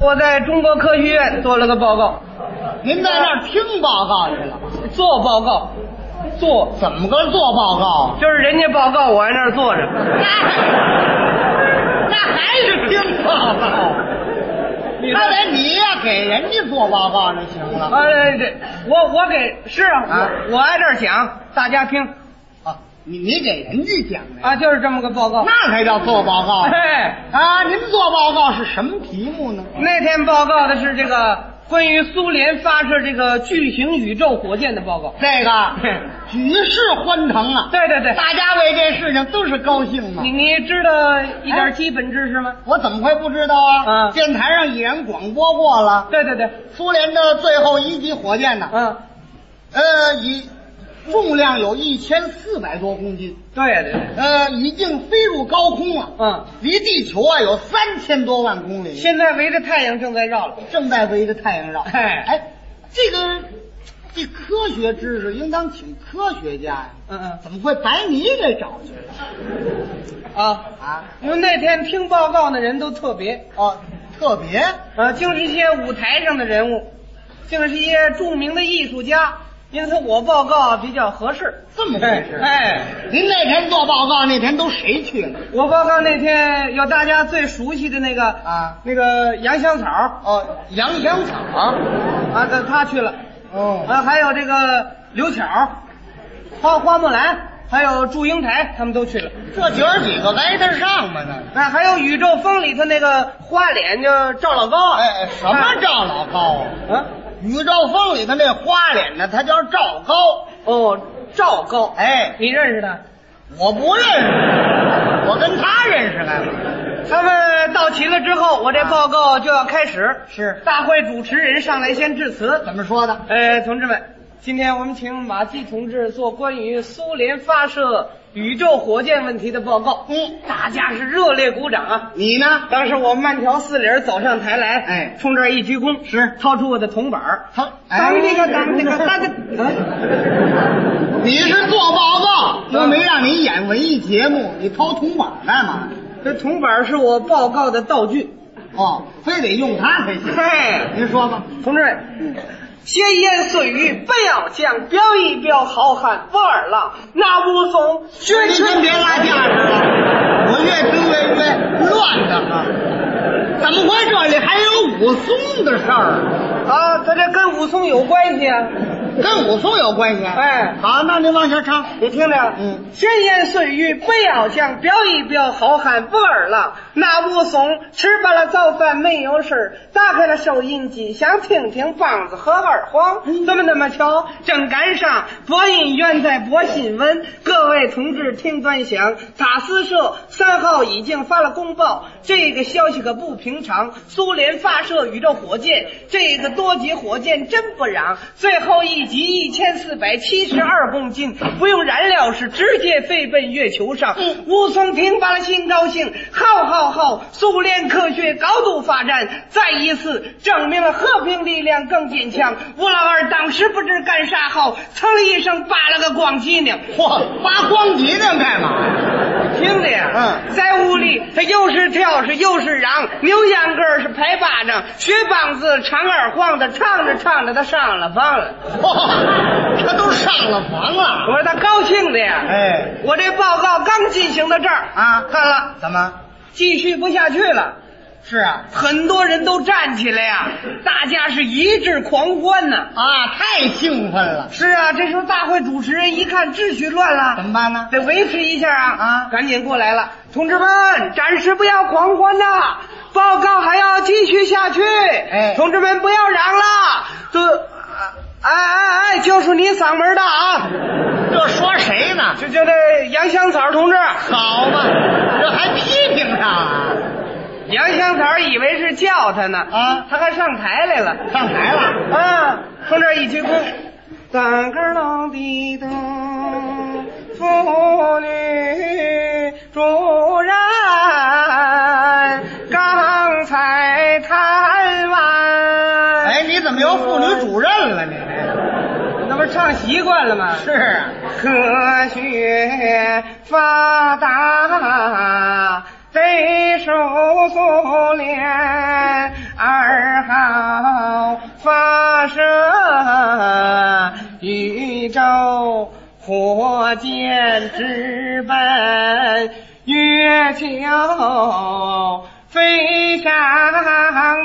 我在中国科学院做了个报告，您在那儿听报告去了？做报告，做怎么个做报告啊？就是人家报告，我在那儿坐着。那那还是听报告？你 那这得你呀、给人家做报告就行了。啊，这我我给是啊，啊我我挨这儿讲，大家听啊，你你给人家讲的呀，啊，就是这么个报告。那才叫做报 告哎，啊！您做报告是什么题目呢？那天报告的是这个关于苏联发射这个巨型宇宙火箭的报告。这 嘿个举世欢腾啊！对对对，大家为这事情都是高兴嘛你。你知道一点基本知识吗？我怎么会不知道啊？嗯电台上已然广播过了，对对对，苏联的最后一级火箭呢，嗯，呃，以重量有一千四百多公斤，对对对，呃，已经飞入高空了，嗯，离地球啊有三千多万公里，现在围着太阳正在绕了。正在围着太阳绕。哎哎，这个这科学知识应当请科学家呀，嗯嗯怎么会白你给找去了啊，啊？因为那天听报告的人都特别，哦，特别呃，竟是一些舞台上的人物，竟是一些著名的艺术家，因此我报告比较合适。这么回事。哎，您那天做报告那天都谁去了？我报告那天有大家最熟悉的那个啊那个杨香草哦，杨香草。啊，他他去了，哦，啊，还有这个刘巧，花花木兰，还有祝英台，他们都去了。这姐儿几个挨得上吗？那那还有宇宙风里头那个花脸叫赵老高啊，哎，什么赵老高啊？啊？宇宙风里头那花脸呢，他叫赵高。哦，赵高，哎，你认识他？我不认识，我跟他认识干嘛？他们到齐了之后，我这报告就要开始。是大会主持人上来先致辞。怎么说的？呃，同志们，今天我们请马季同志做关于苏联发射宇宙火箭问题的报告。嗯，大家是热烈鼓掌啊！你呢？当时我慢条斯理儿走上台来，哎冲这儿一鞠躬，是哎掏出我的铜板儿，他，当那个 当那个当那个，啊你是做报告，又嗯没让你演文艺节目，你掏铜板干嘛？这铜板是我报告的道具。哦，非得用它才行。嘿，您说吧。同志们，闲言碎语不要讲，表一表好汉武二郎，那武松您先别拉架势了，我越听越越乱的啊！怎么会这里还有武松的事儿？啊，他这跟武松有关系啊。跟武松有关系？哎好，那您往下唱。你听着，嗯闲言碎语不要讲，表一表好汉武二郎。那武松吃罢了早饭没有事儿打开了收音机，想听听梆子和二黄。怎么那么巧，正赶上播音员在播新闻。各位同志听端详，塔斯社三号已经发了公报，这个消息可不平常。苏联发射宇宙火箭，这个多级火箭真不嚷。最后一级一千四百七十二公斤，不用燃料是直接飞奔月球上。武松听罢了心高兴，好好好！苏联科学高度发展，再一次证明了和平力量更坚强。吴老二当时不知干啥好，噌一声扒了个光脊梁。嚯，扒光脊梁干嘛呀？听着呀，嗯在屋里他又是跳是又是嚷，扭秧歌儿是拍巴掌，学梆子长二晃的，唱着唱着他上了房了。嚯，这都上了房我了。说他高兴的呀，哎，我这报告刚进行到这儿啊看了怎么？继续不下去了，是啊，很多人都站起来呀，大家是一致狂欢呐。啊，太兴奋了。是啊，这时候大会主持人一看秩序乱了，怎么办呢？得维持一下啊啊赶紧过来了，同志们，暂时不要狂欢呐，报告还要继续下去。哎同志们不要嚷了，都，哎哎哎，就是你嗓门大啊！这说谁呢？就就这杨香草同志，好嘛，这还批评上啊？杨香草以为是叫他呢，啊他还上台来了。上台了。啊，从这儿一鞠躬，当个老的咚，妇女主人，刚才谈完。哎，，你怎么又妇女主任了？你那不是唱习惯了吗？是啊。科学发达。得受苏联二大赦，宇宙火箭直奔月球。飞上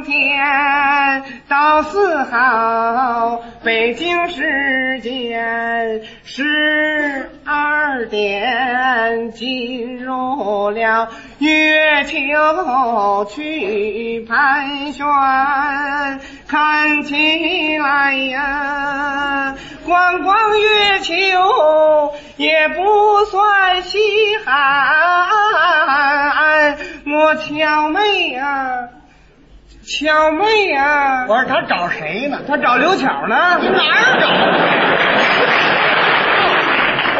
天，到四号，北京时间十二点，进入了月球去盘旋，看起来呀，逛逛月球也不算稀罕，我巧妹呀、巧妹呀、我说他找谁呢？他找刘巧你呢。哪儿找？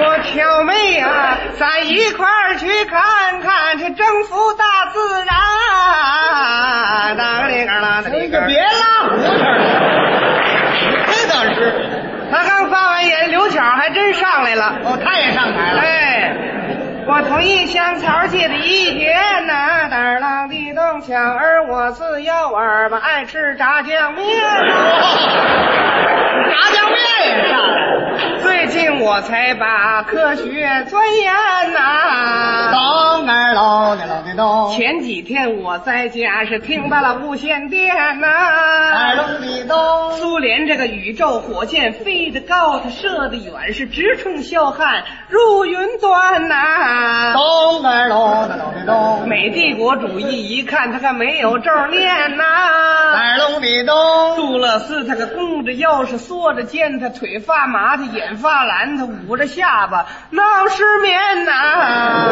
我巧妹呀、咱一块儿去看看，去征服大自然。哪个里个啦？哪你个可别拉胡去了，这倒是。哎他刚发完言，刘巧还真上来了。哦，他也上台了。哎，我同意香草界的一节，那胆儿浪地动抢，而我自幼儿吧爱吃炸酱面。炸酱面也上来了。最近我才把科学钻研呐、当儿老的老的咚，前几天我在家是听到了无线电呐、耳隆的咚，苏联这个宇宙火箭飞得高，它射得远，是直冲霄汉入云端呐、当儿老的老的咚，美帝国主义一看他可没有咒念呐、耳隆的咚，杜勒斯他个弓着腰是缩着肩，他腿发麻，他眼发蓝，他捂着下巴闹失眠呐、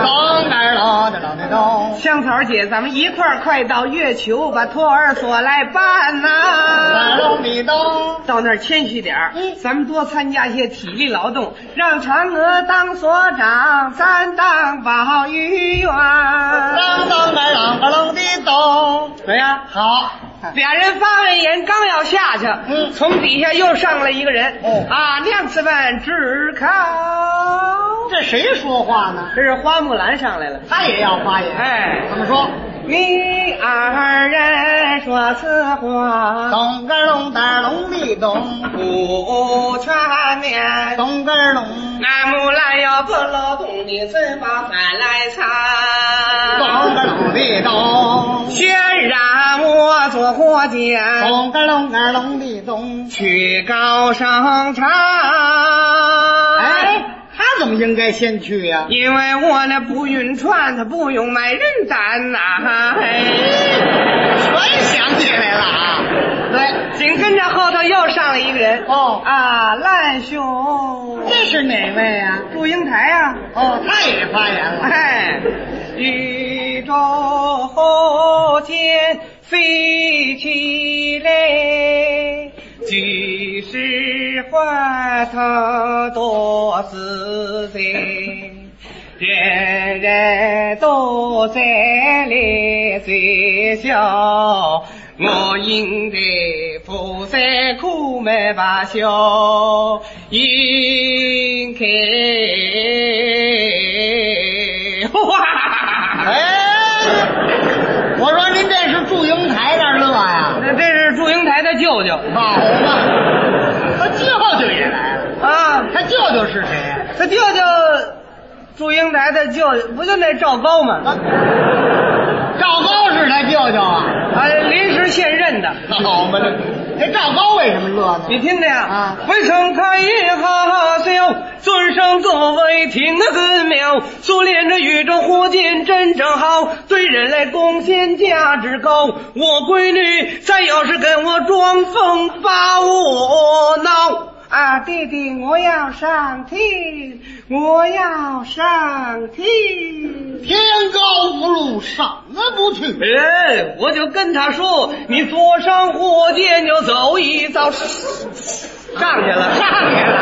当儿老的老的咚，香草姐，咱们一块儿快到月球吧，托儿所来办呐、耳隆的咚，到那儿谦虚点儿，嗯咱们多参加一些体力劳动，让嫦娥当所长，咱当保育员。当当儿啷个啷的咚。怎么样？好，俩人发完言，刚要下去，嗯从底下又上来一个人，哦啊，娘子们只考，这谁说话呢？这是花木兰上来了，他也要发言。哎，怎么说？你二人说此话咚个隆哒隆的咚，不全面，咚个隆，那木兰要不劳动，你怎么反来参？咚个隆的咚，先让我做火箭，咚个隆个隆的咚。去高声唱。哎，他怎么应该先去呀、因为我那不晕船，他不用买人担呐、嘿全想起来了啊！对，紧跟着后头又上来一个人，哦啊，烂兄，这是哪位啊？祝英台啊，哦，他也发言了。哎，宇宙火箭飞起来，举世欢腾多自在，人人都在来在笑。我应该不再苦闷罢休，应该。哇！哎，我说您这是祝英台那儿乐呀、 这是祝英台的舅舅好嘛，他舅舅也来了。啊，他舅舅是谁呀、他舅舅祝英台的舅舅不就那赵高吗？啊？赵高是他舅舅啊？啊，临时现任的。好嘛， 这这赵高为什么 乐呢？你听着呀，啊围城开一哈笑，尊上各位听得更妙。苏联这宇宙火箭真正好，对人类贡献价值高。我闺女再要是跟我装疯把我闹。啊，弟弟，我要上天，我要上天。天高不露，上得不去。哎，我就跟他说，你坐上火箭就走一遭，上去了，上去了。